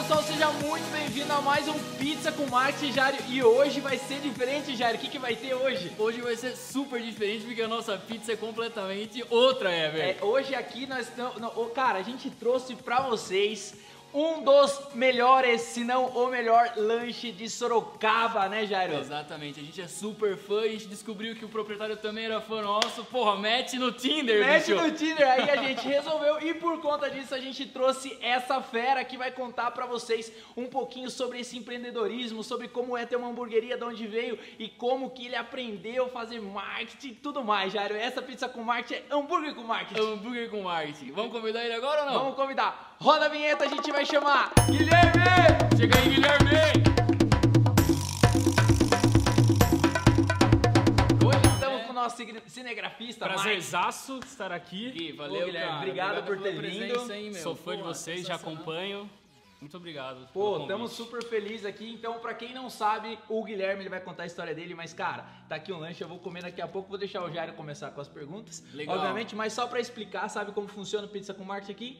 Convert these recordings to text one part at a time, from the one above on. pessoal, seja muito bem-vindo a mais um Pizza com Marte e Jário. E hoje vai ser diferente, Jário. O que, que vai ter hoje? Hoje vai ser super diferente porque a nossa pizza é completamente outra, Ever. É, hoje aqui nós estamos. não, ô, Cara, a gente trouxe pra vocês um dos melhores, se não o melhor lanche de Sorocaba, né, Jairo? Exatamente, a gente é super fã e a gente descobriu que o proprietário também era fã nosso. Porra, mete no Tinder, Mete bicho. no Tinder, aí a gente resolveu e por conta disso a gente trouxe essa fera que vai contar pra vocês um pouquinho sobre esse empreendedorismo, sobre como é ter uma hamburgueria, de onde veio e como que ele aprendeu a fazer marketing e tudo mais, Jairo. Essa pizza com marketing é hambúrguer com marketing. um Hambúrguer com marketing. Vamos convidar ele agora ou não? Vamos convidar. Roda a vinheta, a gente vai chamar Guilherme! Chega aí, Guilherme! Hoje estamos com o nosso cine- cinegrafista, Marcos. Prazerzaço de estar aqui. Gui, valeu, Ô, Guilherme, cara. obrigado por pela ter presença, vindo. hein, meu. Sou fã de Porra, vocês, já sensacional. acompanho. Muito obrigado. Pô, pelo estamos convite. super felizes aqui. Então, pra quem não sabe, o Guilherme ele vai contar a história dele. Mas, cara, tá aqui um lanche, eu vou comer daqui a pouco. Vou deixar o Jairo começar com as perguntas. Legal. Obviamente, mas só pra explicar, sabe como funciona o Pizza com Marte aqui?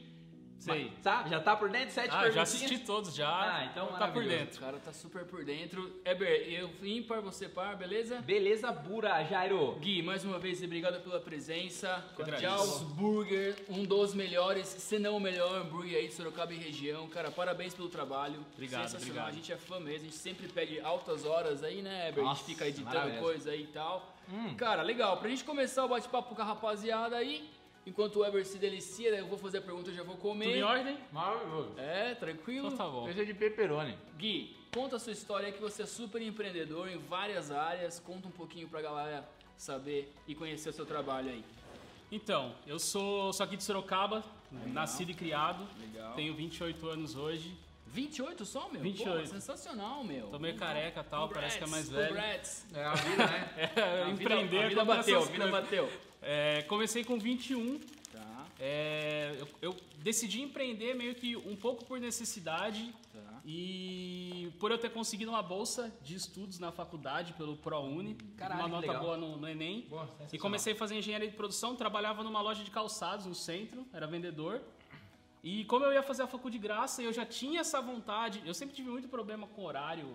Sei. Ma- Sabe? Já tá por dentro? Sete Ah, já perguntinhas. assisti todos já. Ah, então tá por maravilhoso. O dentro. cara tá super por dentro. Eber, eu ímpar, você par, beleza? Beleza, Bura, Jairo. Gui, mais uma vez, obrigado pela presença. Contra Jaws isso. Burger, um dos melhores, se não o melhor hambúrguer aí de Sorocaba e região. Cara, parabéns pelo trabalho. Obrigado, Sensacional, obrigado. a gente é fã mesmo, a gente sempre pede altas horas aí, né, Eber? A gente Nossa, fica editando maravilhoso. coisa aí e tal. Hum. Cara, legal, pra gente começar o bate-papo com a rapaziada aí, enquanto o Eber se delicia, né, eu vou fazer a pergunta, eu já vou Tudo comer. em ordem? Maravilhoso. É, tranquilo. Então tá bom. de pepperoni. Gui, conta a sua história que você é super empreendedor em várias áreas. Conta um pouquinho pra galera saber e conhecer o seu trabalho aí. Então, eu sou, sou aqui de Sorocaba, nascido e criado. Legal. Tenho 28 anos hoje. 28 só, meu? 28. Pô, sensacional, meu. Tô meio careca e tal, parece que é mais velho. Congrats. É a vida, né? É, A vida- empreender a vida quando bateu, a essas vida coisas. bateu. É, comecei com 21, Tá, É, eu, eu decidi empreender meio que um pouco por necessidade tá. e por eu ter conseguido uma bolsa de estudos na faculdade pelo ProUni, Caralho, uma que nota legal. boa no, no Enem. Boa, sensacional. e comecei a fazer engenharia de produção, trabalhava numa loja de calçados no centro, era vendedor. E como eu ia fazer a faculdade de graça, eu já tinha essa vontade. Eu sempre tive muito problema com horário,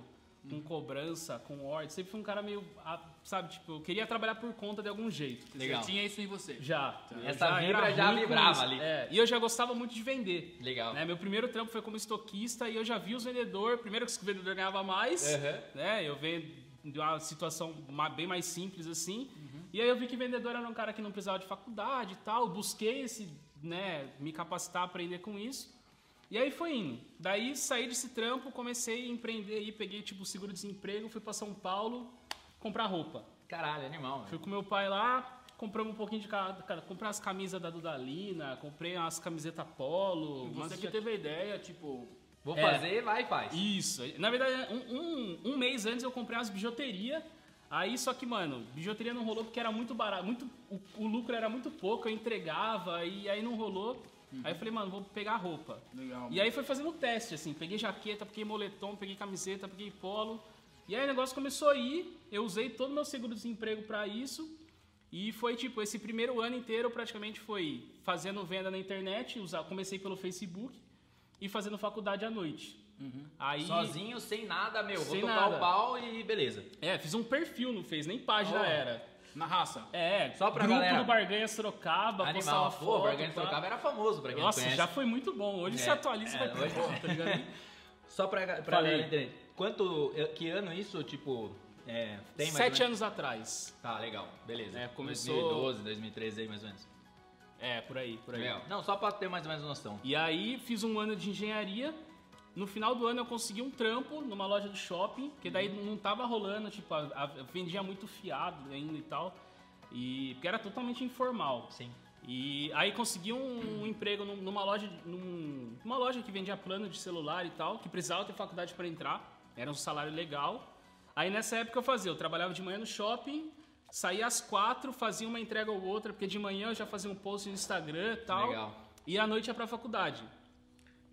Hum. com cobrança, com ordem. Sempre fui um cara meio, ah, sabe, tipo, eu queria trabalhar por conta de algum jeito. Legal. Você tinha isso em você. Já. Eu Essa já vibra era já ruim com vibrava isso. ali. É, e eu já gostava muito de vender. Legal. Né, Meu primeiro trampo foi como estoquista e eu já vi os vendedores. Primeiro que o vendedor ganhava mais, Uhum. né? Eu venho de uma situação ma- bem mais simples assim. E aí eu vi que vendedor era um cara que não precisava de faculdade e tal. Busquei esse, né, me capacitar a aprender com isso. E aí foi indo. Daí saí desse trampo, comecei a empreender aí, peguei tipo seguro-desemprego, fui pra São Paulo comprar roupa. Caralho, animal, Tá Fui velho. com meu pai lá, compramos um pouquinho de cada. cara, Comprei as camisas da Dudalina, comprei umas camisetas polo. E umas Você que jaque- teve a ideia, tipo... Vou É. fazer, vai e faz. Isso. Na verdade, um, um- um mês antes eu comprei umas bijuterias. Aí, só que, mano, bijuteria não rolou porque era muito barato. Muito, o, o lucro era muito pouco, eu entregava e aí não rolou. Aí eu falei, mano, vou pegar roupa. Legal. E aí foi fazendo teste, assim, peguei jaqueta, peguei moletom, peguei camiseta, peguei polo. E aí o negócio começou a ir, eu usei todo o meu seguro-desemprego pra isso. E foi tipo, esse primeiro ano inteiro praticamente foi fazendo venda na internet, usar, comecei pelo Facebook e fazendo faculdade à noite. Aí, Sozinho, sem nada, meu. Sem vou tocar nada. o pau e beleza. É, fiz um perfil, não fez, nem página Ó. era. Na raça. É, Só pra grupo galera. do Barganha Sorocaba, postava Animal. foto. Pô, Barganha de pá. Sorocaba era famoso, pra quem Nossa, não conhece. já foi muito bom. Hoje É, se atualiza é, vai pra hoje- porra, tá ligado? Só pra, pra Falei. galera entender. Quanto, que ano isso, tipo, é, tem mais ou Sete menos? anos atrás. Tá, legal, beleza. É, começou- 2012, 2013 aí, mais ou menos. É, por aí, por aí. Legal. Não, só pra ter mais ou menos noção. E aí fiz um ano de engenharia. No final do ano eu consegui um trampo numa loja de shopping, que daí Uhum. não tava rolando, tipo, a- a- eu vendia muito fiado ainda e tal. E porque era totalmente informal. Sim. E aí consegui um, um emprego num- numa loja, de- num- numa loja que vendia plano de celular e tal, que precisava ter faculdade para entrar. Era um salário legal. Aí nessa época eu fazia, eu trabalhava de manhã no shopping, saía às quatro, fazia uma entrega ou outra, porque de manhã eu já fazia um post no Instagram e tal. Legal. E à noite ia pra faculdade.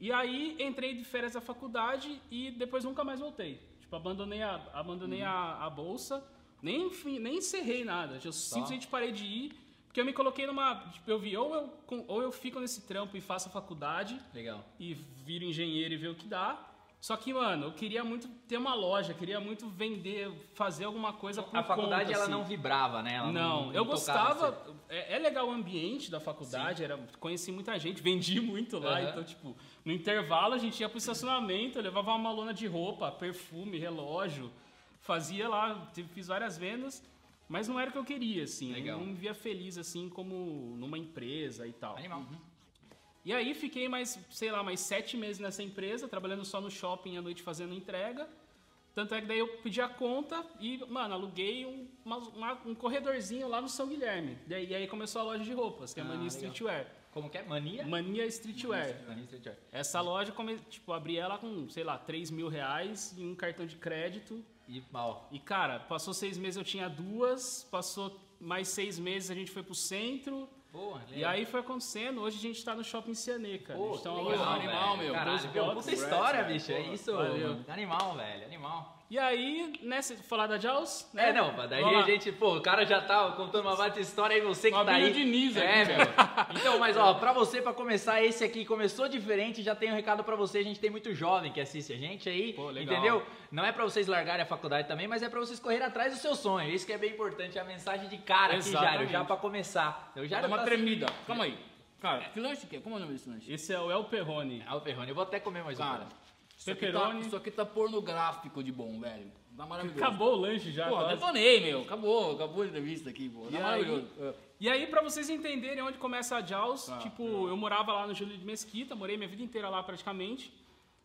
E aí entrei de férias da faculdade e depois nunca mais voltei. Tipo, abandonei a, Uhum. Tá. abandonei a, a bolsa, nem, fui- nem encerrei nada. Eu simplesmente parei de ir, Porque eu me coloquei numa. Tipo, eu vi, ou eu, com- ou eu fico nesse trampo e faço a faculdade Legal. e viro engenheiro e ver o que dá. Só que, mano, eu queria muito ter uma loja, queria muito vender, fazer alguma coisa por A faculdade conta, ela assim. não vibrava, né? Ela Não, tocava eu gostava. você. É, é legal o ambiente da faculdade, era, conheci muita gente, vendi muito lá. Aham. Então, tipo, no intervalo a gente ia pro estacionamento, eu levava uma lona de roupa, perfume, relógio, fazia lá, tive- fiz várias vendas, mas não era o que eu queria, assim. Legal. Não me via feliz, assim, como numa empresa e tal. Animal. E aí fiquei mais, sei lá, mais sete meses nessa empresa, trabalhando só no shopping à noite fazendo entrega. Tanto é que daí eu pedi a conta e, mano, aluguei um, uma- uma- um corredorzinho lá no São Guilherme. E aí, e aí começou a loja de roupas, que é a Ah, Mania legal. Streetwear. Como que é? Mania? Mania Streetwear. Mania Streetwear. Essa loja, come, tipo, abri ela com, sei lá, 3 mil reais e um cartão de crédito. E mal. E, cara, passou seis meses eu tinha duas, passou mais seis meses a gente foi pro centro. Porra, E aí foi acontecendo, hoje a gente tá no Shopping Cianê, cara. a Pô, gente tá uma que loja legal, animal. animal, meu. Caralho, Dois meu, boxes. puta história, Congrats, bicho. É porra. isso, Valeu. mano. Animal, velho. Animal. E aí, nessa, falar da Jaws, né? É, não, daí Vamos a lá. gente, pô, o cara já tá contando uma baita história e você que Uma tá Bíblia aí. Diniz aqui, é, cara. velho. Então, mas ó, pra você, pra começar, esse aqui começou diferente, já tem um recado pra você, a gente tem muito jovem que assiste a gente aí, Pô, legal. entendeu? Não é pra vocês largarem a faculdade também, mas é pra vocês correr atrás do seu sonho, isso que é bem importante, é a mensagem de cara aqui, Exatamente. Jário, já pra começar. O Dá Jário uma tá tremida. Calma aí. Cara, que lanche que é? Como é o nome desse lanche? Esse é o El Perrone. Ah, o Ferrone, eu vou até comer mais um. Cara, isso aqui, tá, Pepperoni. isso aqui tá pornográfico de bom, velho. Tá maravilhoso. Acabou o lanche já. Porra, quase. detonei, meu. Acabou, acabou a entrevista aqui, pô. Tá E aí? É. maravilhoso. E aí, pra vocês entenderem onde começa a Jaws, Ah, tipo, eu morava lá no Júlio de Mesquita, morei minha vida inteira lá praticamente.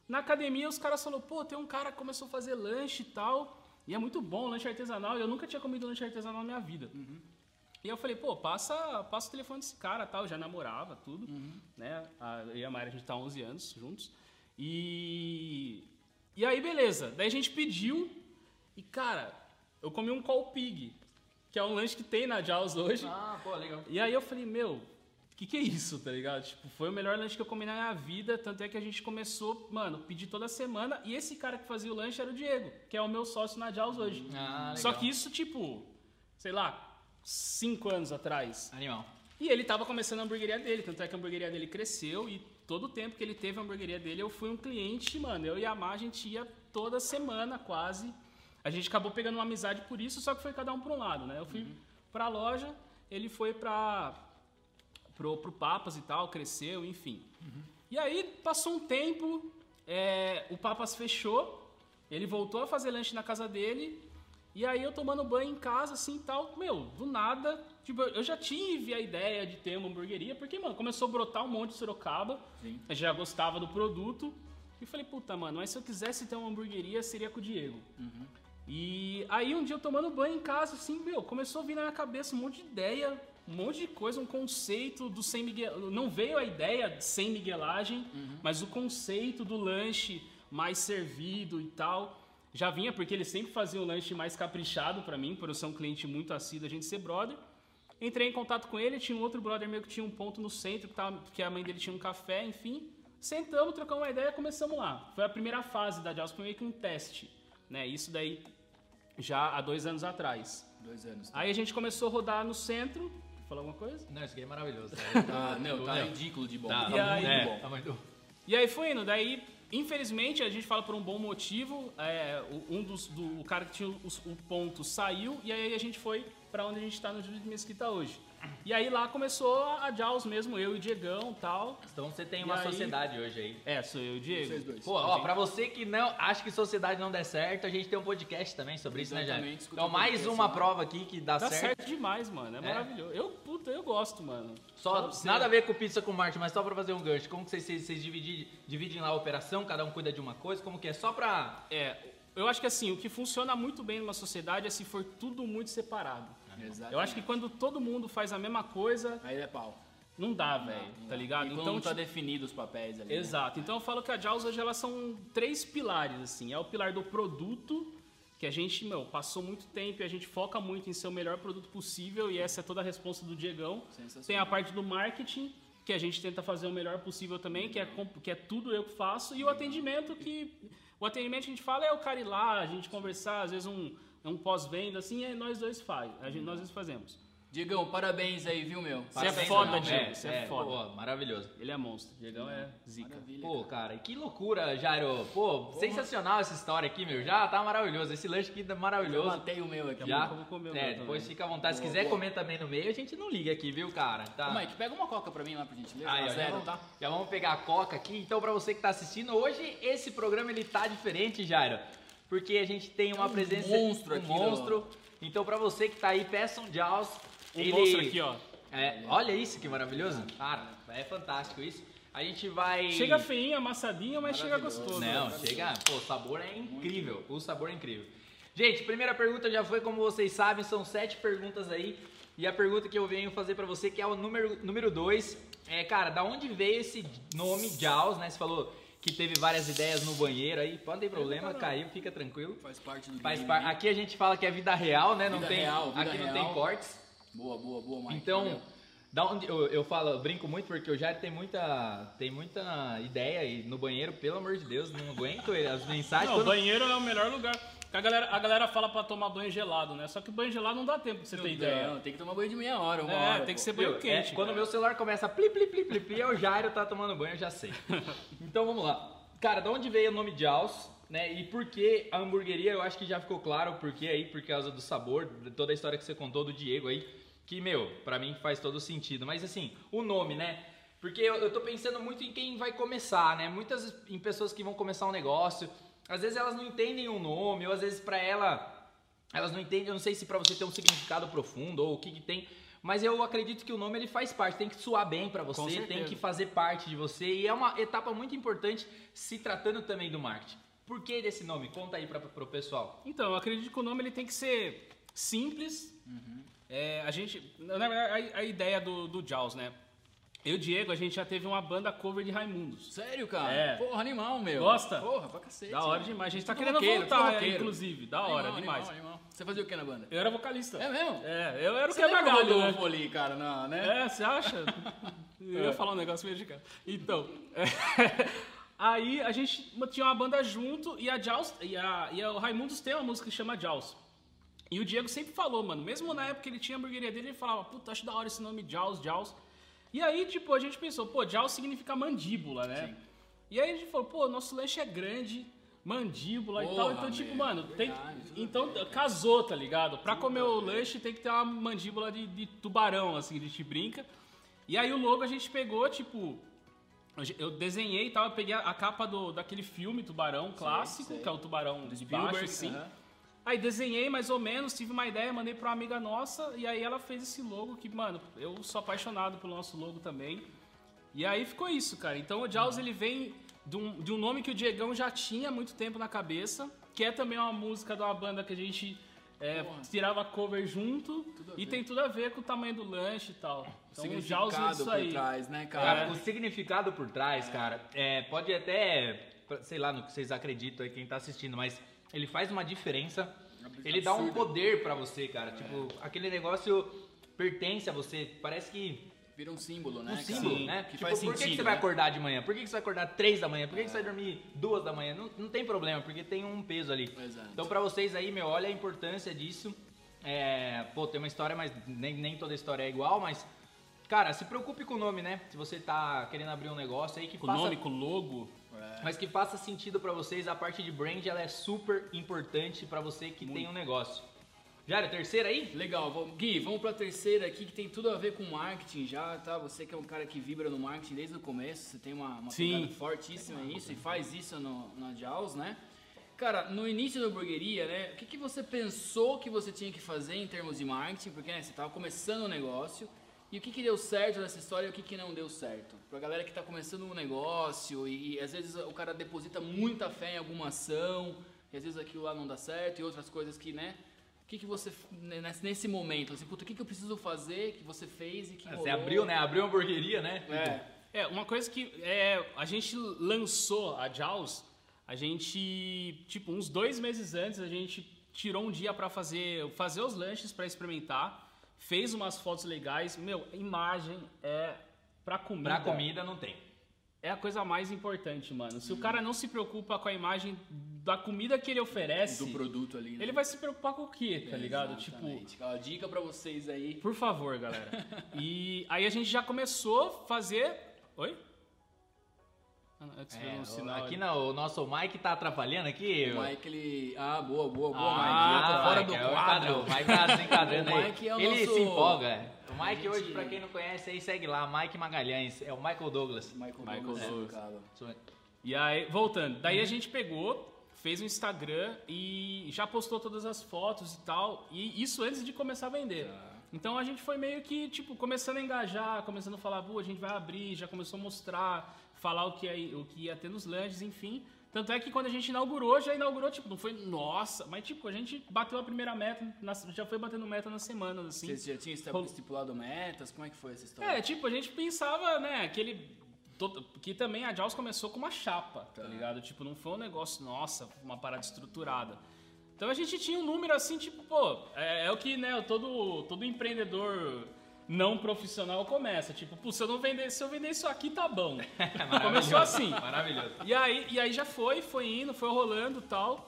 Na academia, os caras falaram, pô, tem um cara que começou a fazer lanche e tal, e é muito bom, lanche artesanal, e eu nunca tinha comido lanche artesanal na minha vida. E eu falei, pô, passa, passa o telefone desse cara tal, eu já namorava, tudo, né? A- Eu e a Mari, a gente tá há 11 anos juntos. E... E aí, beleza. Daí a gente pediu, e cara, eu comi um call pig, que é um lanche que tem na Jaws hoje. Ah, pô, legal. E aí eu falei, meu, o que, que é isso, tá ligado? Tipo, foi o melhor lanche que eu comi na minha vida, tanto é que a gente começou, mano, pedir toda semana, e esse cara que fazia o lanche era o Diego, que é o meu sócio na Jaws hoje. Ah, legal. Só que isso, tipo, sei lá, cinco anos atrás. Animal. E ele tava começando a hamburgueria dele, tanto é que a hamburgueria dele cresceu e todo o tempo que ele teve a hamburgueria dele, eu fui um cliente, mano. Eu e a Mar, a gente ia toda semana quase. A gente acabou pegando uma amizade por isso, só que foi cada um pra um lado, né? Eu fui pra loja, ele foi pra, pro, pro Papas e tal, cresceu, enfim. E aí passou um tempo, é, o Papas fechou, ele voltou a fazer lanche na casa dele. E aí eu tomando banho em casa, assim e tal, meu, do nada. Tipo, eu já tive a ideia de ter uma hamburgueria, porque, mano, começou a brotar um monte de Sorocaba. Sim. Eu já gostava do produto. E falei, puta, mano, mas se eu quisesse ter uma hamburgueria, seria com o Diego. E aí um dia eu tomando banho em casa, assim, meu, começou a vir na minha cabeça um monte de ideia, um monte de coisa, um conceito do sem miguel... Não veio a ideia de sem miguelagem, mas o conceito do lanche mais servido e tal. Já vinha porque ele sempre fazia um lanche mais caprichado pra mim, por eu ser um cliente muito assíduo, a gente ser brother. Entrei em contato com ele, tinha um outro brother meu que tinha um ponto no centro, que, tava, que a mãe dele tinha um café, enfim. Sentamos, trocamos uma ideia, começamos lá. Foi a primeira fase da Jaws, foi meio que um teste. Né? Isso daí já há dois anos atrás. Dois anos. Aí a gente começou a rodar no centro. Falar alguma coisa? Não, isso aqui é maravilhoso. Tá, Ah, não, tá É. Não. ridículo de bom. tá, E muito aí? é, bom. Tá muito bom. E aí foi indo. Daí, infelizmente, a gente fala por um bom motivo. é, o- um dos. Do, o cara que tinha os- o, ponto saiu e aí a gente foi pra onde a gente tá no Júlio de Mesquita hoje. E aí lá começou a a Jaws mesmo, eu e o Diegão tal. Então você tem E uma aí? sociedade hoje aí. É, sou eu e o Diego. Vocês dois. Pô, ó, pra você que não acha que sociedade não der certo, a gente tem um podcast também sobre isso, né, Jair? Exatamente, escuta Então, o mais podcast, uma né? prova aqui que dá, Tá Dá certo. Tá certo demais, mano. É, maravilhoso. Eu, puta, eu gosto, mano. Fala Só pra você. nada a ver com pizza com Marte, mas só pra fazer um gancho. Como que vocês, vocês, vocês dividem, dividem lá a operação, cada um cuida de uma coisa? Como que é? Só pra. É, eu acho que assim, o que funciona muito bem numa sociedade é se for tudo muito separado. Exato. Eu acho que quando todo mundo faz a mesma coisa, Aí é pau. não dá, velho, tá ligado? E então tá tipo, definido os papéis ali. né? Exato. Então eu falo que a Jaws hoje elas são três pilares, assim. É o pilar do produto, que a gente, meu, passou muito tempo e a gente foca muito em ser o melhor produto possível, e essa é toda a resposta do Diegão. Sensacional. Tem a parte do marketing, que a gente tenta fazer o melhor possível também, que é, comp- que é tudo eu que faço, e o atendimento que. O atendimento que a gente fala é o cara ir lá, a gente conversar, às vezes um, um pós-venda, assim, é nós dois faz, a gente, nós dois fazemos. Digão, parabéns aí, viu, meu? Você é Parabéns, foda, né? meu. Diego. Você é foda. Pô, maravilhoso. Ele é monstro. Diegão é zica. Maravilha. Pô, cara, que loucura, Jairo. Pô, sensacional essa história aqui, meu. Já tá maravilhoso. Esse lanche aqui tá Eu maravilhoso. matei o meu aqui. Já. pouco eu vou comer o meu é, também. depois fica à vontade. Se quiser comer também no meio, a gente não liga aqui, viu, cara? Tá. Ô, Mike, pega uma coca pra mim lá pra gente ler. Aí, ó, já, zero, vamos, tá? né? Então, já vamos pegar a coca aqui. Então, pra você que tá assistindo, hoje esse programa ele tá diferente, Jairo. Porque a gente tem uma um presença. monstro aqui, Um monstro. Então, pra você que tá aí, peça um Jaws. O monstro aqui, ó. É, olha isso que maravilhoso. Cara, é fantástico isso. A gente vai. Chega feinho, amassadinho, mas chega gostoso. né? Não, chega. Pô, o sabor é incrível. O sabor é incrível. Gente, primeira pergunta já foi, como vocês sabem, são sete perguntas aí. E a pergunta que eu venho fazer pra você, que é o número 2, número dois, é, cara, da onde veio esse nome Jaws, né? Você falou que teve várias ideias no banheiro aí. Pô, Não tá tem problema, caiu, fica tranquilo. Faz parte do Faz game né? par... aí. Aqui a gente fala que é vida real, né? Não Vida tem, real, vida aqui não real. tem cortes. Ah. Boa, boa, boa, Mike. Então, Valeu. da onde eu, eu falo, eu brinco muito porque o Jair tem muita, tem muita ideia e no banheiro, pelo amor de Deus, não aguento ele, as mensagens. Não, o quando- banheiro é o melhor lugar. Porque A galera, a galera fala pra tomar banho gelado, né? Só que banho gelado não dá tempo pra você Meu ter Deus, ideia. Tem que tomar banho de meia hora, uma É, hora. tem que pô. ser Viu? banho É, quente. quando cara. meu celular começa a pli, pli, pli, pli, pli, é o Jairo tá tomando banho, eu já sei. Então vamos lá. Cara, da onde veio o nome de Jaws, né? E por que a hamburgueria? Eu acho que já ficou claro o porquê aí, por causa do sabor, de toda a história que você contou do Diego aí, que, meu, pra mim faz todo sentido. Mas assim, o nome, né? Porque eu, eu tô pensando muito em quem vai começar, né? Muitas em pessoas que vão começar um negócio, às vezes elas não entendem o nome, ou às vezes pra ela elas não entendem, eu não sei se pra você tem um significado profundo ou o que que tem, mas eu acredito que o nome ele faz parte, tem que soar bem pra Com você, certeza. tem que fazer parte de você e é uma etapa muito importante se tratando também do marketing. Por que desse nome? Conta aí pra, pro pessoal. Então, eu acredito que o nome ele tem que ser simples. Uhum. É, a gente. Na verdade, a, a ideia do, do Jaws, né? Eu e o Diego, a gente já teve uma banda cover de Raimundos. Sério, cara? É. Porra, animal, meu. Gosta? Porra, pra cacete. Da hora mano. demais. A gente tá Tudo querendo roqueiro, tudo voltar, roqueiro. inclusive. Da hora, Animal, demais. animal, animal. Você fazia o que na banda? Eu era vocalista. É mesmo? É, eu era o Você lembra quando quebra-galho, eu né? vou ali, cara, na, né? É, você acha? Eu ia falar um negócio meio de cara. Então, é, aí a gente tinha uma banda junto e a Jaws, e, a, e o Raimundos tem uma música que chama Jaws. E o Diego sempre falou, mano, mesmo na época que ele tinha a hamburgueria dele, ele falava, puta, acho da hora esse nome Jaws, Jaws. E aí, tipo, a gente pensou, pô, Jaws significa mandíbula, né? E aí a gente falou, pô, nosso lanche é grande, mandíbula e tal. Porra, Então, tipo, meu, mano, tem, verdade, tudo então casou, tá ligado? Pra comer o lanche tem que ter uma mandíbula de, de tubarão, assim, a gente brinca. E aí o logo a gente pegou, tipo. eu ge- Eu desenhei e tal, eu peguei a, a capa do, daquele filme Tubarão clássico, sei. que é o Tubarão de baixo, assim. aham. Aí desenhei mais ou menos, tive uma ideia, mandei pra uma amiga nossa, e aí ela fez esse logo que, mano, eu sou apaixonado pelo nosso logo também. E aí ficou isso, cara. Então o Jaws ele vem de um, de um nome que o Diegão já tinha há muito tempo na cabeça, que é também uma música de uma banda que a gente é, tirava cover junto, Tudo a e ver. tem tudo a ver com o tamanho do lanche e tal. Então o Jaws é Significado isso por aí. É. trás, né, Cara, cara? Ah, o significado por trás, cara, é, pode até, sei lá, no que vocês acreditam aí, quem tá assistindo, mas ele faz uma diferença. Ele dá um Absurdo. poder pra você, cara. Tipo, aquele negócio pertence a você. Parece que Vira um símbolo, né, um cara? símbolo, Sim. né? Que Tipo, faz por que que, sentido, você vai né? acordar de manhã? Por que, que você vai acordar três da manhã? Por que, que você vai dormir duas da manhã? Não, não tem problema, porque tem um peso ali. Exato. Então, pra vocês aí, meu, olha a importância disso. É, pô, tem uma história, mas nem, nem toda história é igual, mas. Cara, se preocupe com o nome, né? Se você tá querendo abrir um negócio aí que Com o faça nome, com o logo. É. mas que faça sentido pra vocês, a parte de brand ela é super importante pra você que tem um negócio. Jário, terceira aí? Legal, vamos- Gui, vamos pra terceira aqui que tem tudo a ver com marketing já, tá? Você que é um cara que vibra no marketing desde o começo, você tem uma, uma Sim. pegada fortíssima nisso e faz isso no, na Jaws, né? Cara, no início da hamburgueria, né? O que, que você pensou que você tinha que fazer em termos de marketing? Porque né, você tava começando o negócio. E o que, que deu certo nessa história e o que, que não deu certo? Pra galera que tá começando um negócio e, e às vezes o cara deposita muita fé em alguma ação, e às vezes aquilo lá não dá certo e outras coisas que, né? O que, que você, né, nesse- nesse momento, assim, puta, o que, que eu preciso fazer que Ah, você fez e que. Você rolou? abriu, né? Abriu uma hamburgueria, né? É. É, uma coisa que é, a gente lançou a Jaws, a gente, tipo, uns dois meses antes, a gente tirou um dia pra fazer, fazer os lanches pra experimentar, fez umas fotos legais. Meu, imagem é pra comida. Pra comida não tem. É a coisa mais importante, mano. Se o cara não se preocupa com a imagem da da comida que ele oferece, do produto ali, né? ele vai se preocupar com o quê, tá ligado? Tipo, Exatamente. Ó, dica pra vocês aí. por favor, galera. E aí a gente já começou a fazer. Oi? Ah, não, eu te dei É, um o- sinal aqui aí. não, o nosso Mike tá atrapalhando aqui. O Mike, ele... Ah, boa, boa, boa, Ah, Mike. Já tá fora Mike, do é o quadro. enquadrão, O Mike tá se enquadrando O aí. Mike é o Ele nosso- se empolga. O Mike gente- hoje, pra quem não conhece aí, segue lá, Mike Magalhães, é o Michael Douglas. é Michael, Michael Douglas, Douglas. cara. E aí, voltando, daí a gente pegou, fez o Instagram e já postou todas as fotos e tal, e isso antes de começar a vender. Então a gente foi meio que, tipo, começando a engajar, começando a falar, pô, a gente vai abrir, já começou a mostrar, falar o que, ia, o que ia ter nos lanches, enfim. Tanto é que quando a gente inaugurou, já inaugurou, tipo, não foi, nossa, mas tipo, a gente bateu a primeira meta, na- já foi batendo meta nas semanas, assim. Vocês já tinham esta- Como- estipulado metas? Como é que foi essa história? É, tipo, a gente pensava, né, aquele. todo- Que também a Jaws começou com uma chapa, tá ligado? Tipo, não foi um negócio, nossa, uma parada estruturada. Então a gente tinha um número assim, tipo, pô, é, é o que, né, todo, todo empreendedor não profissional começa. Tipo, pô, se eu não vender, se eu vender isso aqui, tá bom. começou assim. Maravilhoso. E aí, e aí já foi, foi indo, foi rolando e tal.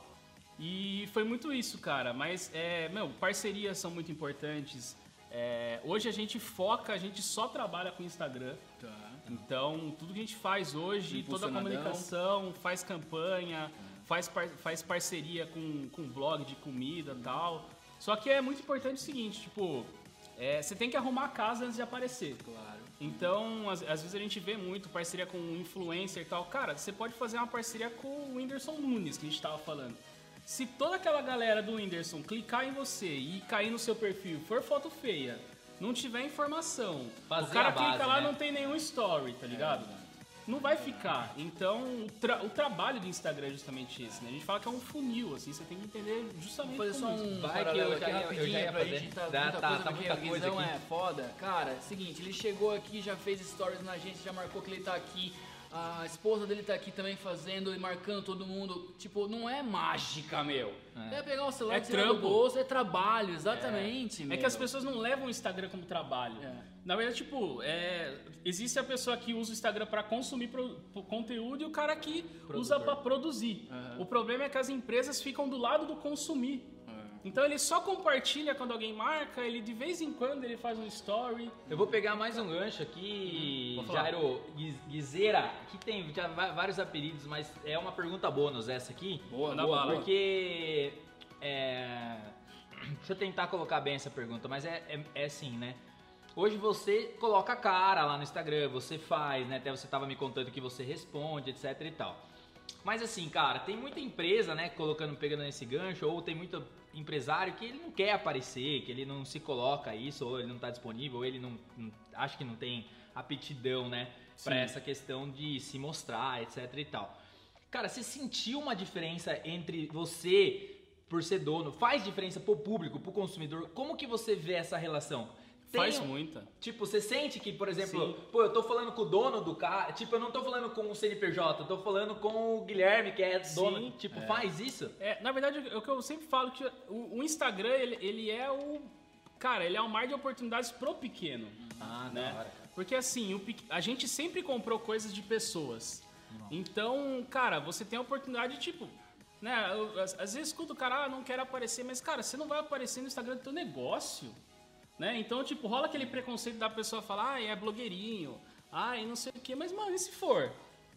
E foi muito isso, cara. Mas, é, meu, parcerias são muito importantes. É, hoje a gente foca, a gente só trabalha com Instagram. É. Tá. Então, tudo que a gente faz hoje, toda a Impulsionadão. comunicação, faz campanha, faz, par- faz parceria com, com blog de comida e tal. Só que é muito importante o seguinte, tipo, é, você tem que arrumar a casa antes de aparecer. Claro. Então, às, às vezes a gente vê muito parceria com um influencer e tal. Cara, você pode fazer uma parceria com o Whindersson Nunes, que a gente tava falando. Se toda aquela galera do Whindersson clicar em você e cair no seu perfil, for foto feia, não tiver informação, Fazer o cara a base, clica lá e né? não tem nenhum story, tá ligado? não vai ficar. Então, o, tra- o trabalho do Instagram é justamente esse, né? A gente fala que é um funil, assim, você tem que entender justamente Vou fazer só como isso. um Vai que paralelo eu aqui já ia- eu já rapidinho ia pra fazer. gente tá, Dá- muita tá- coisa, tá porque muita a coisa visão aqui. é foda. Cara, seguinte, ele chegou aqui, já fez stories na gente, já marcou que ele tá aqui. A esposa dele tá aqui também fazendo e marcando todo mundo. Tipo, não é mágica, meu. É, pegar o celular É e tirar do trampo. bolso, é trabalho, exatamente, É meu. que as pessoas não levam o Instagram como trabalho. É. Na verdade, tipo, é, existe a pessoa que usa o Instagram pra consumir pro- pro conteúdo e o cara que usa pra produzir. O problema é que as empresas ficam do lado do consumir. Então ele só compartilha quando alguém marca, ele de vez em quando ele faz um story. Eu vou pegar mais um gancho aqui, Pode falar. Jairo Guiz- Guizeira, que tem já va- vários apelidos, mas é uma pergunta bônus essa aqui. Boa, na boa, boa. Porque, é... deixa eu tentar colocar bem essa pergunta, mas é, é, é assim, né? Hoje você coloca a cara lá no Instagram, você faz, né? Até você tava me contando que você responde, etc e tal. Mas assim, cara, tem muita empresa, né, colocando, pegando nesse gancho, ou tem muito empresário que ele não quer aparecer, que ele não se coloca isso, ou ele não tá disponível, ou ele não, não- acha que não tem aptidão, né, pra Sim. essa questão de se mostrar, etc e tal. Cara, você sentiu uma diferença entre você por ser dono? Faz diferença pro público, pro consumidor? Como que você vê essa relação? Tem Faz um- muita. Tipo, você sente que, por exemplo, pô, eu tô falando com o dono do cara, tipo, eu não tô falando com o CNPJ, eu tô falando com o Guilherme, que é dono. Sim. tipo, faz isso? É, na verdade, o que eu sempre falo é que o, o Instagram, ele, ele é o. Cara, ele é o mar de oportunidades pro pequeno. Ah, né? Porque assim, o pequ- a gente sempre comprou coisas de pessoas. Então, cara, você tem a oportunidade de, tipo, né? eu- às, às vezes escuta o cara, ah, não quero aparecer, mas cara, você não vai aparecer no Instagram do teu negócio, né? Então, tipo, rola aquele preconceito da pessoa falar, ah, é blogueirinho, ah, e não sei o quê, mas mano, e se for?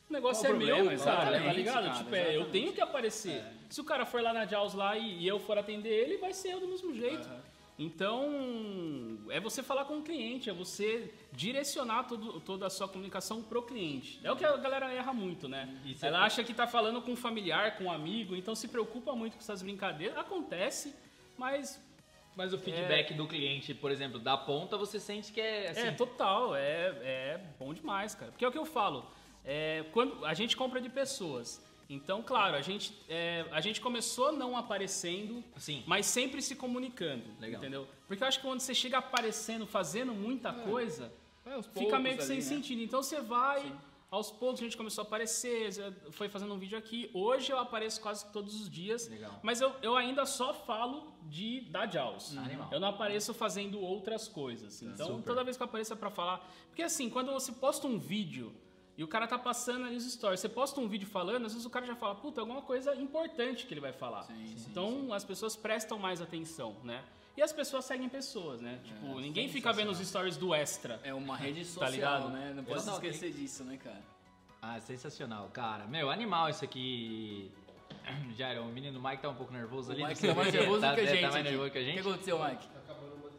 O negócio Qual é o problema, meu, cara, tá exatamente, ligado? cara, tipo, é, eu exatamente. tenho que aparecer. É. Se o cara for lá na Jaws lá e, e eu for atender ele, vai ser eu do mesmo jeito. Então, é você falar com o cliente, é você direcionar todo- toda a sua comunicação pro cliente. É o que a galera erra muito, né? Isso é- Ela acha que tá falando com um familiar, com um amigo, então se preocupa muito com essas brincadeiras. Acontece, mas Mas É. o feedback do cliente, por exemplo, da ponta, você sente que é assim. É, total. É, é bom demais, cara. Porque é o que eu falo. é, quando a gente compra de pessoas. Então, claro, a gente, é, a gente começou não aparecendo, Sim. mas sempre se comunicando, Legal. entendeu? Porque eu acho que quando você chega aparecendo, fazendo muita coisa, Vai aos fica poucos meio que ali, sem né? sentido. Então você vai, aos poucos a gente começou a aparecer, já foi fazendo um vídeo aqui. Hoje eu apareço quase todos os dias, Legal. mas eu, eu ainda só falo de da Ah, Jaws. Animal. Eu não apareço fazendo Tá. outras coisas. Então, Super. toda vez que eu apareço é pra falar. Porque assim, quando você posta um vídeo E o cara tá passando ali os stories. Você posta um vídeo falando, às vezes o cara já fala, puta, alguma coisa importante que ele vai falar. Sim, sim, então as pessoas prestam mais atenção, né? E as pessoas seguem pessoas, né? Tipo, ninguém fica vendo né? os stories do extra. É uma rede social, ligado? né? Não pode se Exato. esquecer disso, né, cara? Ah, sensacional, cara. Meu, animal isso aqui. Jairo, o menino Mike tá um pouco nervoso ali. O não Mike sei tá mais porquê. nervoso Tá- que a gente. Tá mais aqui. nervoso que a O que gente. aconteceu, Mike?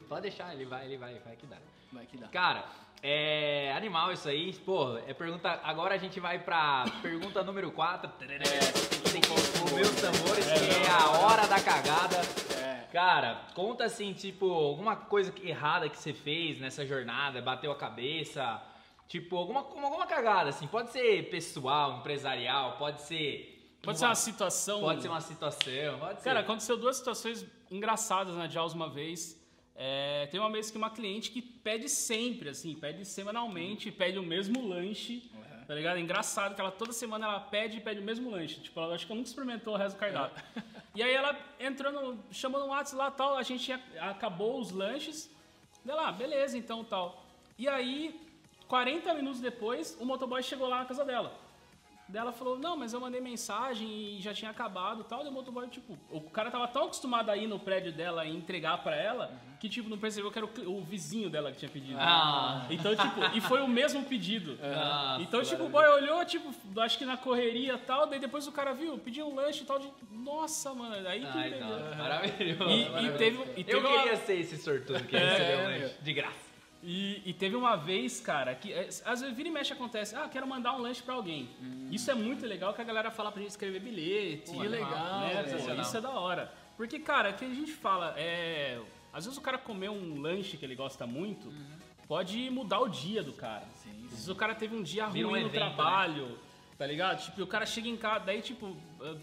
Pode deixar, ele vai, ele vai, vai que dá. Vai que dá. Cara, é animal isso aí. Pô, é pergunta. Agora a gente vai pra pergunta número 4. Tem que mover os tambores, que é a hora da cagada. É. Cara, conta assim, tipo, alguma coisa que- errada que você fez nessa jornada, bateu a cabeça. Tipo, alguma, como- alguma cagada, assim. Pode ser pessoal, empresarial, pode ser. Pode ser uma situação. Pode ser uma situação, pode Cara, ser. aconteceu duas situações engraçadas na Jaws uma vez. É, tem uma vez que uma cliente que pede sempre, assim, pede semanalmente, pede o mesmo lanche, tá ligado? É Engraçado que ela toda semana ela pede e pede o mesmo lanche. Tipo, ela acho que ela nunca experimentou o resto do cardápio. É. E aí ela entrou no. chamou no WhatsApp lá tal, a gente a- acabou os lanches. Daí lá, beleza, então tal. E aí, 40 minutos depois, o motoboy chegou lá na casa dela. Daí ela falou, não, mas eu mandei mensagem e já tinha acabado e tal. Daí o motoboy, tipo, o cara tava tão acostumado a ir no prédio dela e entregar pra ela que, tipo, não percebeu que era o, cli- o vizinho dela que tinha pedido. né? Ah. Então, tipo, e foi o mesmo pedido. Nossa, então, tipo, o boy olhou, tipo, acho que na correria e tal. Daí depois o cara viu, pediu um lanche e tal. De, Nossa, mano, aí que. é? Ai, nossa, maravilhoso. E- e, teve, e teve Eu uma- queria ser esse sortudo É, que recebeu o lanche de graça. E, e teve uma vez, cara, que é, às vezes vira e mexe acontece, ah, quero mandar um lanche pra alguém. Isso é muito legal que a galera fala pra gente escrever bilhete. Hum. Que legal, né, velho. pô, Isso é da hora. Porque, cara, que a gente fala, é, às vezes o cara comer um lanche que ele gosta muito pode mudar o dia do cara. Às vezes o cara teve um dia Vira um ruim no evento, né? trabalho trabalho, tá ligado? Tipo, o cara chega em casa, daí, tipo,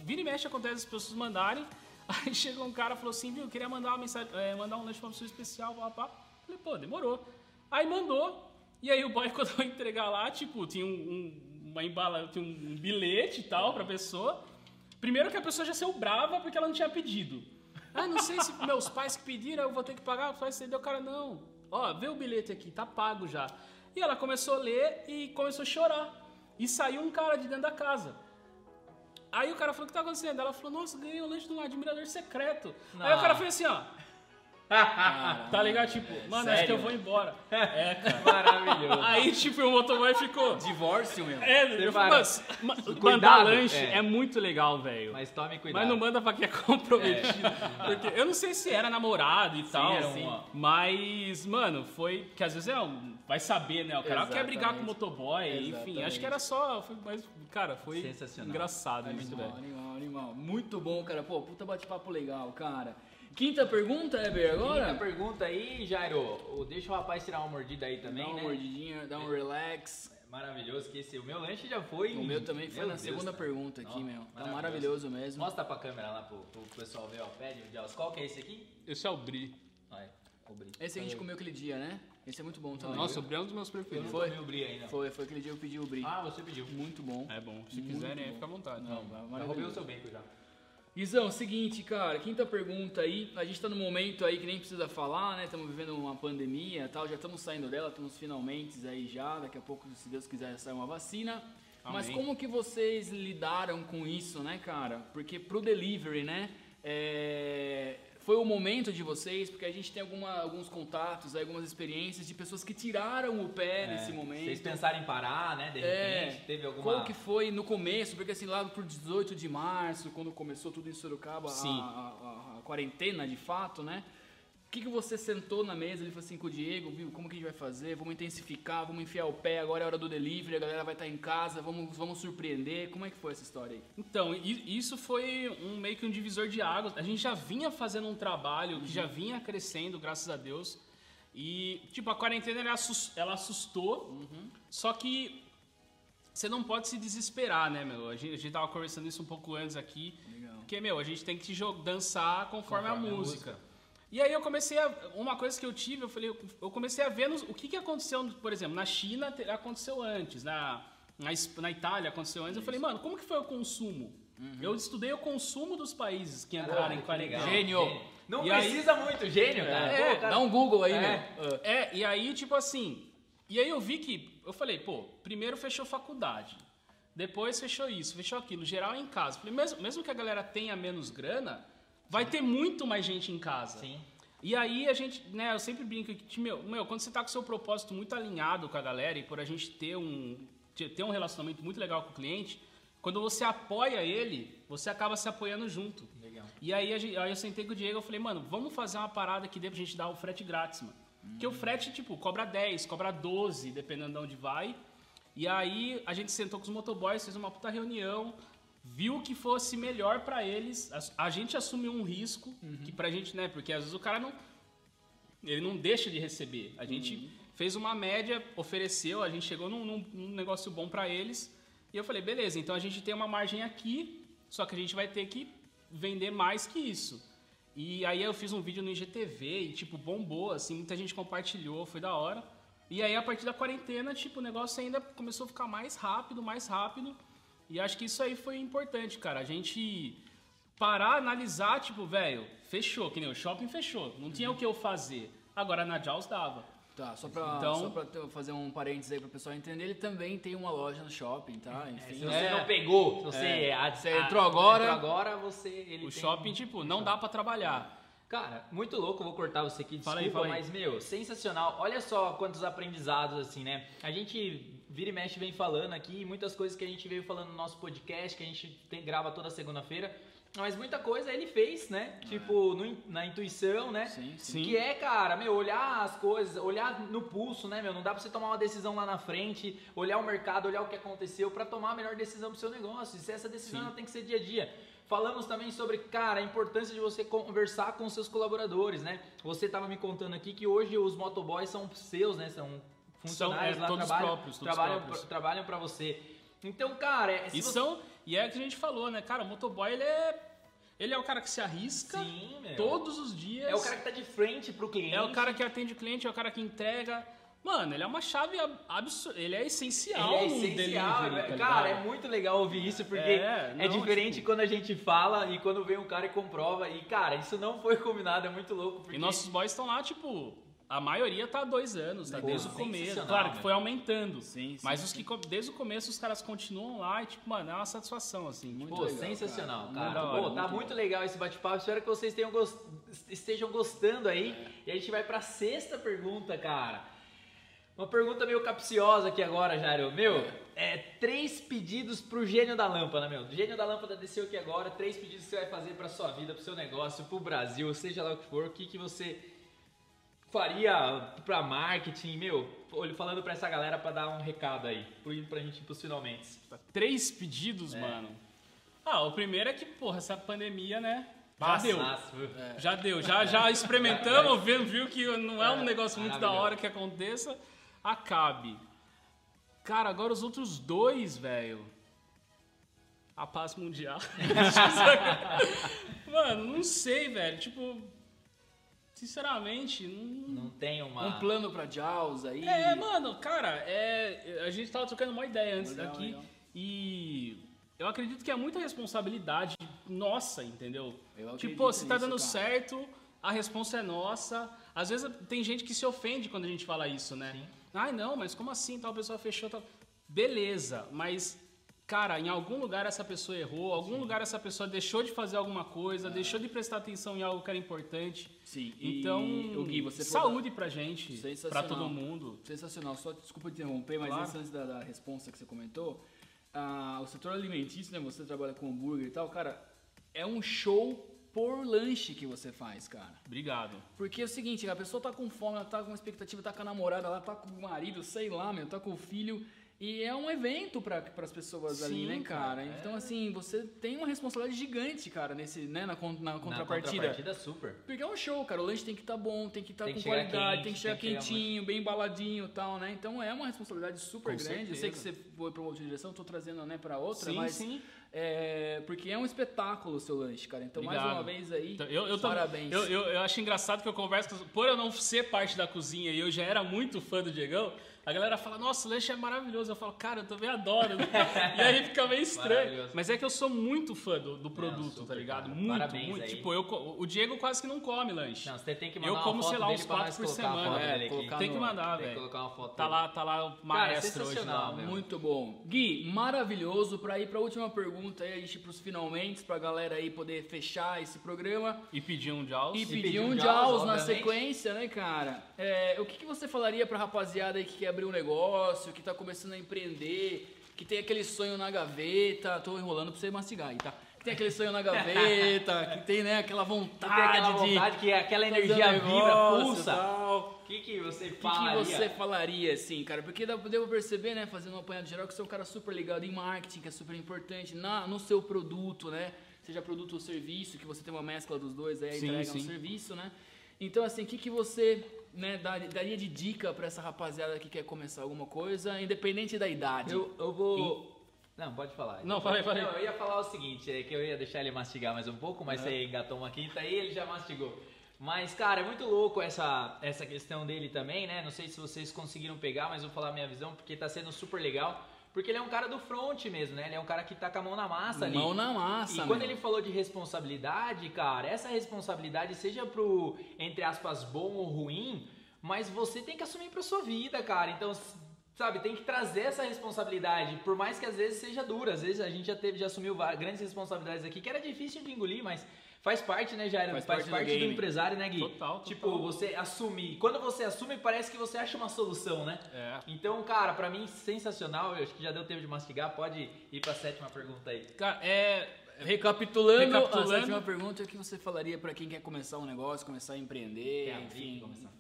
vira e mexe, acontece as pessoas mandarem. Aí chega um cara e falou assim, viu, eu queria mandar uma mensagem, eh, mandar um lanche pra uma pessoa especial, pá, pá. Falei, pô, demorou. Aí mandou, e aí o boy, quando eu entregar lá, tipo, tinha um, um- uma embala, tinha um bilhete e tal pra pessoa. Primeiro que a pessoa já saiu brava porque ela não tinha pedido. Ah, não sei se meus pais que pediram, eu vou ter que pagar. Só isso aí, daí o cara, não. Ó, vê o bilhete aqui, tá pago já. E ela começou a ler e começou a chorar. E saiu um cara de dentro da casa. Aí o cara falou, o que tá acontecendo? Ela falou, nossa, ganhei o lanche de um admirador secreto. Aí o cara fez assim, ó. tá ligado? Tipo, mano, acho que eu sério? vou embora. É, cara. Maravilhoso. Aí, tipo, o motoboy ficou... Divórcio, meu. É, Separa. eu falo, mas, ma- mandar Cuidado, lanche é. é. muito legal, velho. Mas, Mas tome cuidado. não manda pra quem é comprometido. Porque eu não sei se era namorado e tal, era assim. uma. Mas, mano, foi. Que às vezes é um. Vai saber, né? O cara quer brigar com o Exatamente. motoboy, enfim. Acho Exatamente. É que era só. Foi, mas, cara, foi Sensacional. engraçado isso, Animal, velho. animal, animal. Muito bom, cara. Pô, puta bate-papo legal, cara. Quinta pergunta, Eber, agora? Quinta pergunta aí, Jairo. O- Deixa o rapaz tirar uma mordida aí também, Dá uma né? mordidinha, dá um relax. Maravilhoso, que esse, o meu lanche já foi. O meu também foi Meu na Deus, segunda cara. pergunta aqui, Ó, meu. Tá maravilhoso. maravilhoso mesmo. Mostra pra câmera lá pro, pro pessoal ver, ó. Pede, Jaws. Qual que é esse aqui? Esse é o Bri. Olha, o Bri. Esse a gente comeu aquele dia, né? Esse é muito bom também. Nossa, o Bri é um dos meus Eu não preferidos. Foi. tomei o Bri ainda. Foi, foi aquele dia que eu pedi o brinco. Ah, você pediu. Muito bom. É bom. Se Muito quiserem, aí bom. fica à vontade. Não, Eu roubei o maravilhoso. seu bacon já. Guizão, seguinte, cara, quinta pergunta aí. A gente tá num momento aí que nem precisa falar, né? Estamos vivendo uma pandemia e tal, já estamos saindo dela, estamos finalmente aí já. Daqui a pouco, se Deus quiser, sai uma vacina. Mas Amém. como que vocês lidaram com isso, né, cara? Porque pro delivery, né? é, Foi o momento de vocês, porque a gente tem alguma- alguns contatos, aí, algumas experiências de pessoas que tiraram o pé nesse momento. É. Vocês pensaram em parar, né? De repente, teve alguma. Qual É. que foi no começo? Porque assim, lá por 18 de março, quando começou tudo em Sorocaba, a- Sim. A, a- a quarentena de fato, né? O que, que você sentou na mesa? Ele falou assim com o Diego, viu? Como que a gente vai fazer? Vamos intensificar, vamos enfiar o pé, agora é hora do delivery, a galera vai estar em casa, vamos, vamos surpreender. Como é que foi essa história aí? Então, i- isso foi um meio que um divisor de águas. A gente já vinha fazendo um trabalho que já vinha crescendo, graças a Deus. E, tipo, a quarentena ela assus- ela assustou. Só que você não pode se desesperar, né, meu? A gente, a gente tava conversando isso um pouco antes aqui. Legal. Porque, meu, a gente tem que jo- dançar conforme, a, música. E aí eu comecei a. Uma coisa que eu tive, eu falei, eu- eu comecei a ver nos- o que, que aconteceu, por exemplo, na China te- aconteceu antes, na, na, Es- na Itália aconteceu antes. Eu falei, mano, como que foi o consumo? Eu estudei o consumo dos países que entraram Caralho, em que quarentena. legal. Gênio. Não E aí- precisa muito, gênio, cara. É, Pô, cara. dá um Google aí, É. meu. Ah, É, e aí, tipo assim. E aí eu vi que eu falei, pô, primeiro fechou faculdade, depois fechou isso, fechou aquilo, geral em casa. Falei, mesmo, mesmo que a galera tenha menos grana, vai ter muito mais gente em casa. Sim. E aí a gente, né, eu sempre brinco que, meu, meu, quando você tá com seu propósito muito alinhado com a galera e por a gente ter um, ter ter um relacionamento muito legal com o cliente, quando você apoia ele, você acaba se apoiando junto. É. Legal. E aí, a gente- aí eu sentei com o Diego e falei, mano, vamos fazer uma parada que dê pra gente dar o frete grátis, mano. Porque o frete, tipo, cobra 10, cobra 12, dependendo de onde vai. E aí a gente sentou com os motoboys, fez uma puta reunião, viu o que fosse melhor pra eles. A- A, gente assumiu um risco, que pra gente, né? Porque às vezes o cara não. Ele não deixa de receber. A gente fez uma média, ofereceu, a gente chegou num, num- num negócio bom pra eles. E eu falei, beleza, então a gente tem uma margem aqui, só que a gente vai ter que vender mais que isso. E aí eu fiz um vídeo no IGTV e, tipo, bombou, assim, muita gente compartilhou, foi da hora. E aí, a partir da quarentena, tipo, o negócio ainda começou a ficar mais rápido, mais rápido. E acho que isso aí foi importante, cara. A gente parar, analisar, tipo, velho, fechou, que nem o shopping fechou. Não tinha o que eu fazer. Agora na Jaws dava. Tá, só pra, Então- só pra ter- fazer um parênteses aí pro pessoal entender, ele também tem uma loja no shopping, tá? Se Enfim, você É. não pegou, se você, É. a- Você a- entrou agora. entrou agora, você. Ele O tem- shopping, tipo, não dá pra trabalhar. Cara, muito louco, vou cortar você aqui, desculpa, Fala aí, fala aí. mas, meu, sensacional. Olha só quantos aprendizados, assim, né? A gente vira e mexe vem falando aqui, muitas coisas que a gente veio falando no nosso podcast, que a gente tem- grava toda segunda-feira, mas muita coisa ele fez, né? Tipo, no in- na intuição, né? sim, sim. Sim. Que é, cara, meu, olhar as coisas, olhar no pulso, né, meu? Não dá pra você tomar uma decisão lá na frente, olhar o mercado, olhar o que aconteceu pra tomar a melhor decisão pro seu negócio. E se essa decisão Sim. ela tem que ser dia a dia. Falamos também sobre, cara, a importância de você conversar com os seus colaboradores, né? Você tava me contando aqui que hoje os motoboys são seus, né? São funcionários São, lá, é, todos trabalham, próprios, todos trabalham, próprios. pra- trabalham pra você. Então, cara, é, se E você... são. E é o que a gente falou, né? Cara, o motoboy, ele é. Ele é o cara que se arrisca Sim, meu. todos os dias. É o cara que tá de frente pro cliente. É o cara que atende o cliente, é o cara que entrega. Mano, ele é uma chave absurda. Ele é essencial. Ele é no essencial, delivery, tá velho. cara, é ligado? muito legal ouvir isso, porque é, É, não, diferente tipo- quando a gente fala e quando vem um cara e comprova. E, cara, isso não foi combinado, é muito louco. Porque... E nossos boys estão lá, tipo, a maioria tá há dois anos, tá Pô, desde o sensacional, começo. Claro que né? foi aumentando. Sim, sim, mas os que co- desde o começo os caras continuam lá e, tipo, mano, é uma satisfação, assim. Muito Pô, legal. sensacional, cara. cara. Muito da hora, Pô, tá muito muito, legal esse bate-papo. Espero que vocês tenham gos- estejam gostando aí. É. E a gente vai pra sexta pergunta, cara. Uma pergunta meio capciosa aqui agora, Jairo. Meu, é três pedidos pro gênio da lâmpada, meu. O gênio da lâmpada desceu aqui agora. Três pedidos que você vai fazer pra sua vida, pro seu negócio, pro Brasil, seja lá o que for. O que, que você faria pra marketing, meu? Olha, Falando pra essa galera pra dar um recado aí, pro- pra gente ir pros finalmente. Três pedidos, mano. Ah, o primeiro é que, porra, essa pandemia, né? Massa, já deu. massa, viu? Já deu, já, já experimentamos, vendo, viu que não é um É, negócio muito da maravilhoso. hora que aconteça. Acabe. Cara, agora os outros dois, velho. A paz mundial. Mano, não sei, velho. Tipo, sinceramente, não. Não tem uma. Um plano pra Jaws aí. É, mano, cara, é, a gente tava trocando uma ideia antes Legal, daqui. legal. E eu acredito que é muita responsabilidade nossa, entendeu? Eu tipo, acredito pô, se tá nisso, dando cara. certo, a responsa é nossa. Às vezes tem gente que se ofende quando a gente fala isso, né? Ai, não, mas como assim? Tal pessoa fechou, tal. Beleza, mas, cara, em algum lugar essa pessoa errou, algum lugar essa pessoa deixou de fazer alguma coisa, É. deixou de prestar atenção em algo que era importante. Sim, e Então, o Gui, você falou- saúde pra gente, pra Sensacional. todo mundo. Sensacional. Só desculpa te interromper, mas Claro. antes- antes da, da resposta que você comentou, ah, o setor alimentício, né? Você trabalha com hambúrguer e tal, cara, é um show por lanche que você faz, cara. Obrigado. Porque é o seguinte, a pessoa tá com fome, ela tá com expectativa, tá com a namorada, ela tá com o marido, sei lá, meu, tá com o filho. E é um evento para as pessoas ali, Sim, né, cara? cara, é. Então, assim, você tem uma responsabilidade gigante, cara, nesse, né, na, con- na Na contrapartida. super. Porque é um show, cara. O lanche tem que estar bom, tem que estar Tem com que chegar qualidade, quente, tem que chegar tem que chegar quentinho, bem embaladinho e tal, né? Então é uma responsabilidade super Com grande. Eu sei que você certeza. foi pra uma outra direção, tô trazendo, né, pra outra, Sim, mas. sim. é, porque é um espetáculo o seu lanche, cara. Então, mais Obrigado. uma vez aí, Então, eu, eu tam- parabéns. Eu, eu, eu acho engraçado que eu converso com. Por eu não ser parte da cozinha e eu já era muito fã do Diegão, A galera fala, nossa, o lanche é maravilhoso. Eu falo, cara, eu também adoro. e aí fica meio estranho. Maravilhoso. Mas é que eu sou muito fã do, do produto, super, tá ligado? cara. Muito, Parabéns muito. aí. Tipo, eu, co- o Diego quase que não come lanche. Não, você tem que mandar eu uma como, foto sei lá, dele uns pra quatro nós por colocar a semana. foto é, dele aqui. colocar tem que no- mandar, Tem que velho. colocar uma foto Tá dele. lá, tá lá o Cara, é maestro hoje. sensacional, velho. Muito bom. Gui, maravilhoso. Pra ir pra última pergunta aí, para pros finalmente, pra galera aí poder fechar esse programa. E pedir um Jaws. E E pedir pedir um um Jaws Jaws, na obviamente. sequência, né, cara? É, o que, que você falaria pra rapaziada aí que quer abrir um negócio, que tá começando a empreender, que tem aquele sonho na gaveta? Tô enrolando pra você mastigar aí, tá? Que tem aquele sonho na gaveta, que tem, né, aquela Que vontade, tem aquela ah, vontade, de. que Tá aquela fazer energia um vibra, negócio, pulsa. tal. O que, que você O que, que fala? você falaria, assim, cara? Porque dá- devo perceber, né, fazendo um apanhado geral, que você é um cara super ligado em marketing, que é super importante, na, no seu produto, né? Seja produto ou serviço, que você tem uma mescla dos dois, aí Sim, entrega um sim. serviço, né? Então, assim, o que, que você né, dar- daria de dica pra essa rapaziada que quer começar alguma coisa, independente da idade? Eu, eu vou. Não, pode falar. Não, falei, falei. Não, eu ia falar o seguinte, é que eu ia deixar ele mastigar mais um pouco, mas você engatou uma quinta aí ele já mastigou. Mas, cara, é muito louco essa, essa questão dele também, né? Não sei se vocês conseguiram pegar, mas vou falar a minha visão, porque tá sendo super legal. Porque ele é um cara do front mesmo, né? Ele é um cara que tá com a mão na massa ali. Mão na massa, E quando meu. ele falou de responsabilidade, cara, essa responsabilidade seja pro, entre aspas, bom ou ruim, mas você tem que assumir pra sua vida, cara. Então, s- sabe, tem que trazer essa responsabilidade, por mais que às vezes seja dura. Às vezes a gente já teve, já assumiu va- grandes responsabilidades aqui, que era difícil de engolir, mas faz parte, né, Jairo? Faz Faz, parte parte, do do, game. empresário, né, Gui? Total, total. Tipo, você assumir. Quando você assume, parece que você acha uma solução, né? É. Então, cara, pra mim, sensacional. Eu acho que já deu tempo de mastigar. Pode ir pra sétima pergunta aí. Cara, é. Recapitulando, ah, Recapitulando. a sétima pergunta, o que você falaria pra quem quer começar um negócio, começar a empreender, Quer abrir, enfim? começar?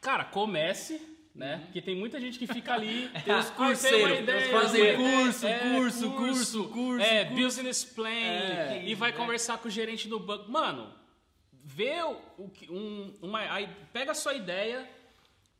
Cara, comece, né? Porque tem muita gente que fica ali. Tem os Ah, curseiros, tem uma ideia, eles fazem é, curso, é, curso, curso, curso, É, curso. business plan. É, e vai conversar com o gerente do banco. Mano, vê o, o que- um, uma, aí pega a sua ideia,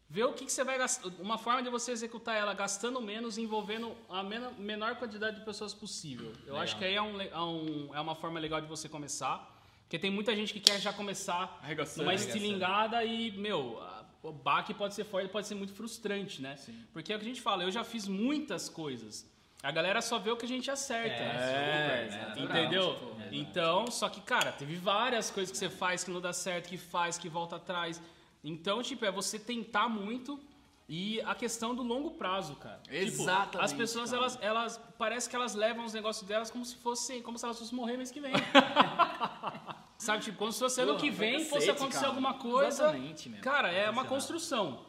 vê o que, que você vai gastar. Uma forma de você executar ela gastando menos, envolvendo a mena- menor quantidade de pessoas possível. Eu acho que aí é, um le- é um- é uma forma legal de você começar. Porque tem muita gente que quer já começar Arregaçando. numa Arregaçando. estilingada e, meu, a- o baque pode ser forte, pode ser muito frustrante, né? Porque é o que a gente fala, eu já fiz muitas coisas. A galera só vê o que a gente acerta. É, É, super, né? Natural, entendeu? tipo, é, Então, só que, cara, teve várias coisas que você faz que não dá certo, que faz, que volta atrás. Então, tipo, é você tentar muito e a questão do longo prazo, cara. Tipo, Exatamente, as pessoas, cara. elas, elas, parece que elas levam os negócios delas como se fosse, como se elas fossem morrer mês que vem. Sabe, tipo, como se fosse ano Porra, que pra vem cacete, fosse acontecer cara. alguma coisa. Exatamente, meu. Cara, é uma construção.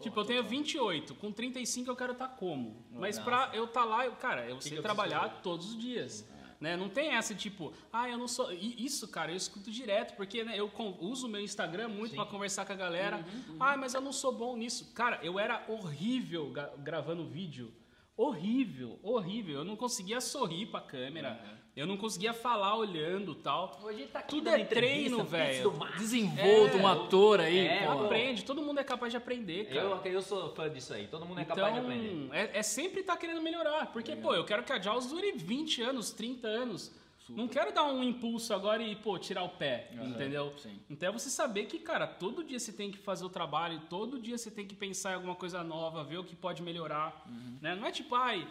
tipo, eu tenho 28, com 35 eu quero estar como? Mas pra eu estar lá, eu, cara, eu sei que eu É. trabalhar todos os dias. Né? Não tem essa tipo, ah, eu não sou. E Isso, cara, eu escuto direto, porque né, eu con- uso o meu Instagram muito pra conversar com a galera. Uhum, Ah, mas eu não sou bom nisso. Cara, eu era horrível ga- gravando vídeo. Horrível, horrível. Eu não conseguia sorrir pra câmera. Eu não conseguia falar olhando tal. Hoje ele tá aqui Tudo dando é treino, entrevista, velho. do Max. Desenvolva É, um ator aí, é, pô. Aprende, todo mundo é capaz de aprender, cara. Eu, eu sou fã disso aí, todo mundo é capaz de aprender. Então, é, é sempre estar querendo melhorar. Porque, pô, eu quero que a Jaws dure 20 anos, 30 anos. Não quero dar um impulso agora e, pô, tirar o pé, entendeu? sim. Então é você saber que, cara, todo dia você tem que fazer o trabalho, todo dia você tem que pensar em alguma coisa nova, ver o que pode melhorar. Uhum. Né? Não é tipo, ai,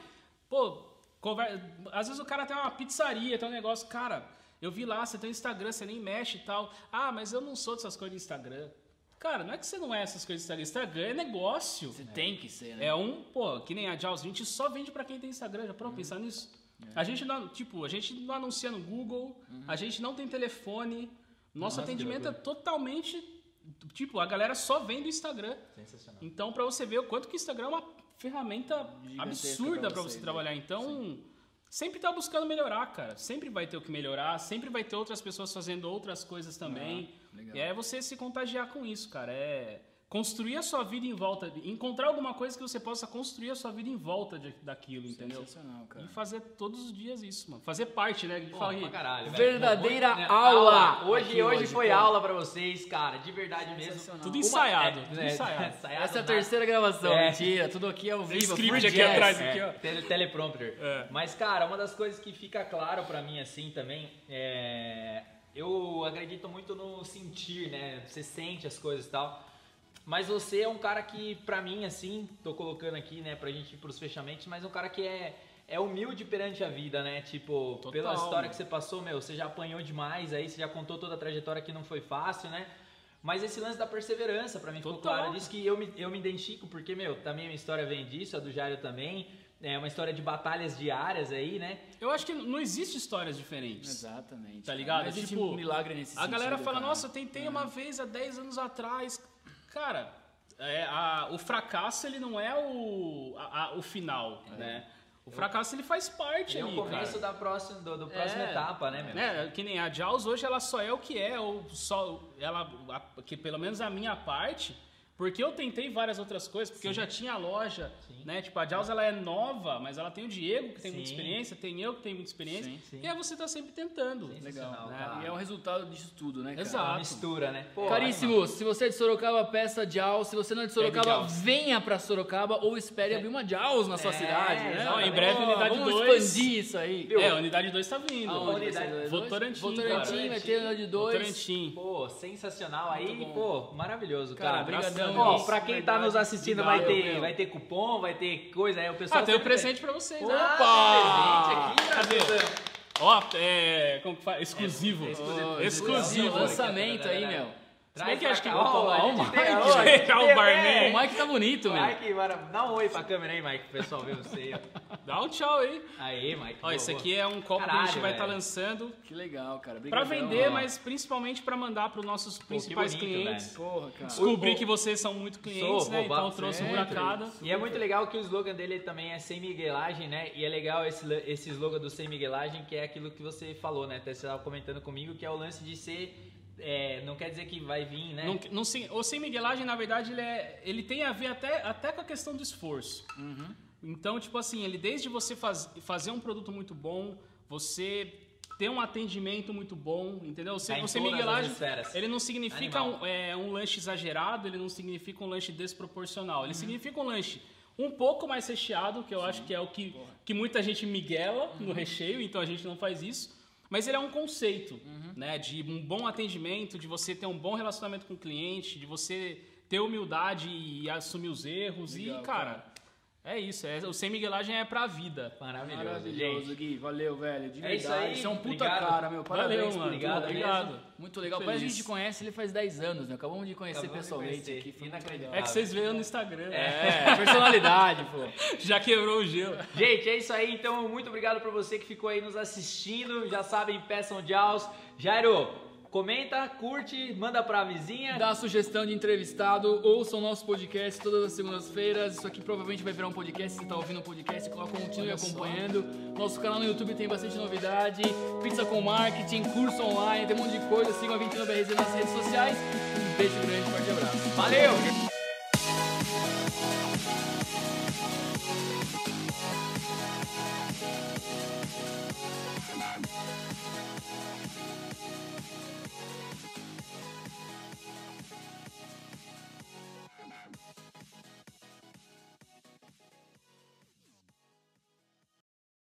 pô, conver- às vezes o cara tem uma pizzaria, tem um negócio, cara, eu vi lá, você tem um Instagram, você nem mexe e tal. Ah, mas eu não sou dessas coisas de Instagram. Cara, não é que você não é essas coisas de Instagram. Instagram é negócio. Você tem que ser, né? É um, pô, que nem a Jaws, a gente só vende pra quem tem Instagram, já parou pra pensar nisso? A gente não, tipo, a gente não anuncia no Google, a gente não tem telefone, nosso atendimento é totalmente, tipo, a galera só vende o Instagram. Sensacional. Então, pra você ver o quanto que o Instagram é uma ferramenta Gigantesca pra absurda pra você, você né? trabalhar. Então, sempre tá buscando melhorar, cara. Sempre vai ter o que melhorar, sempre vai ter outras pessoas fazendo outras coisas também. Ah, legal. e é você se contagiar com isso, cara. É construir a sua vida em volta, de- encontrar alguma coisa que você possa construir a sua vida em volta de- daquilo, entendeu? Sensacional, cara. E fazer todos os dias isso, mano. Fazer parte, né? Que Fala Porra, aí. pra caralho, velho. Verdadeira Né, aula. Hoje, aqui hoje foi pô. aula pra vocês, cara, de verdade mesmo. Sensacional. Tudo Uma- ensaiado. tudo É, ensaiado. ensaiado Essa é a nada. terceira gravação, É. mentira. Tudo aqui é ao vivo. script free aqui jazz. atrás. É, aqui, ó. É. tele- teleprompter. Mas, cara, uma das coisas que fica claro pra mim, assim, também, é... Eu acredito muito no sentir, né? Você sente as coisas e tal. Mas você é um cara que, pra mim, assim, tô colocando aqui, né, pra gente ir pros fechamentos, mas é um cara que é, é humilde perante a vida, né? Tipo, Total, pela história mano. que você passou, meu, você já apanhou demais, aí você já contou toda a trajetória que não foi fácil, né? Mas esse lance da perseverança, pra mim, ficou Total. claro. Diz que eu me, eu me identifico, porque, meu, também a minha história vem disso, a do Jairo também. É uma história de batalhas diárias aí, né? Eu acho que não existe histórias diferentes. Exatamente. Tá ligado? Não existe Tipo, milagre nesse A galera sentido, fala, cara. nossa, eu tentei Uhum. uma vez há 10 anos atrás. Cara, é, a- o fracasso ele não é o, a- a- o final, né? O fracasso ele faz parte É o ali, começo cara. da próxima, do, do próxima É. etapa, né, meu? Né, Que nem a Jaws hoje ela só é o que é, ou só ela a- que pelo menos a minha parte, porque eu tentei várias outras coisas, porque eu já tinha a loja, Sim. né? Tipo, a Jaws ela é nova, mas ela tem o Diego que tem muita Sim. experiência, tem eu que tenho muita experiência. Sim, sim. E aí você tá sempre tentando. Sensacional, né? cara. E é o resultado disso tudo, né, cara? Exato. Uma mistura, né? Pô, Caríssimo, se você é de Sorocaba, peça Jaws. Se você não é de Sorocaba, Jaws. venha pra Sorocaba ou espere abrir uma Jaws na sua É, cidade, né? exatamente. Em breve, unidade Vamos dois. expandir isso aí. É, a unidade 2 tá vindo. Aonde vai ser? unidade- Dois? Votorantim, Votorantim cara. vai ter unidade 2. Votorantim. Pô, sensacional. Aí, Muito bom. pô, maravilhoso, cara. Cara, brigadão, Ó, Luiz, pra quem tá verdade. nos assistindo, vai Obrigado, ter, meu. vai ter cupom, vai ter coisa. Aí o pessoal. Ah, tem um sempre- presente pra vocês, Pô, né? Opa! Presente aqui, Cadê? Brasil. é Ó, é. Como que fala? Exclusivo. né? exclusivo. exclusivo. Exclusivo. Lançamento aí, meu. Se bem que pra acho que cá. vou Ó, falar, a ó, gente Mike. tem- ó, a gente É o tem- barman. O Mike tá bonito, meu. Mike, mara- dá um oi pra câmera aí, Mike, pro pessoal ver você. ó. Dá um tchau aí. Aí, Mike. Ó, boa, esse boa. aqui é um copo que a gente Caralho, vai estar velho. lançando Que legal, cara. pra Obrigadão. vender, Ó. mas principalmente pra mandar pros nossos principais um bonito, clientes. velho. Porra, cara. Descobri Ô, ô. que vocês são muito clientes, Sou, né? roubado Então trouxe sempre. buracada. E é muito legal que o slogan dele também é sem miguelagem, né? E é legal esse, le- esse slogan do sem miguelagem, que é aquilo que você falou, né? Até você estava comentando comigo, que é o lance de ser. é, não quer dizer que vai vir, né? Não, não, sim, o sem miguelagem, na verdade, ele, é, ele tem a ver até, até com a questão do esforço. Uhum. Então, tipo assim, ele desde você faz- fazer um produto muito bom, você ter um atendimento muito bom, entendeu? O Tá sem, em o sem todas as miguelagem, esferas. ele não significa Animal. um, é, um lanche exagerado, ele não significa um lanche desproporcional. Ele significa um lanche um pouco mais recheado, que eu acho que é o que, que muita gente miguela no recheio, então a gente não faz isso. Mas ele é um conceito, né? De um bom atendimento, de você ter um bom relacionamento com o cliente, de você ter humildade e assumir os erros. Legal, e, cara, cara. é isso. É, o sem miguelagem é pra vida. Maravilhoso, Maravilhoso, gente. Gui. Valeu, velho. De É isso verdade. aí, Você é um puta obrigado. cara, meu. Parabéns Valeu, por mano. tudo, Obrigado Obrigado. Muito legal. Feliz. Parece que a gente conhece ele faz 10 anos, né? Acabamos de conhecer Acabamos de pessoalmente conhecer. aqui. Foi muito Inacreditável. legal. É que vocês veem no Instagram. É, personalidade, pô. Já quebrou o gelo. Gente, é isso aí. Então, muito obrigado por você que ficou aí nos assistindo. Já sabem, peçam Jaws. Jairo, comenta, curte, manda pra vizinha. Dá sugestão de entrevistado, ouçam nosso podcast todas as segundas-feiras. Isso aqui provavelmente vai virar um podcast. Se você tá ouvindo um podcast, coloca continue acompanhando. Nosso canal no YouTube tem bastante novidade. Pizza com marketing, curso online, tem um monte de coisa. Sigam a 21 BRZ nas redes sociais. Um beijo grande, forte abraço. Valeu!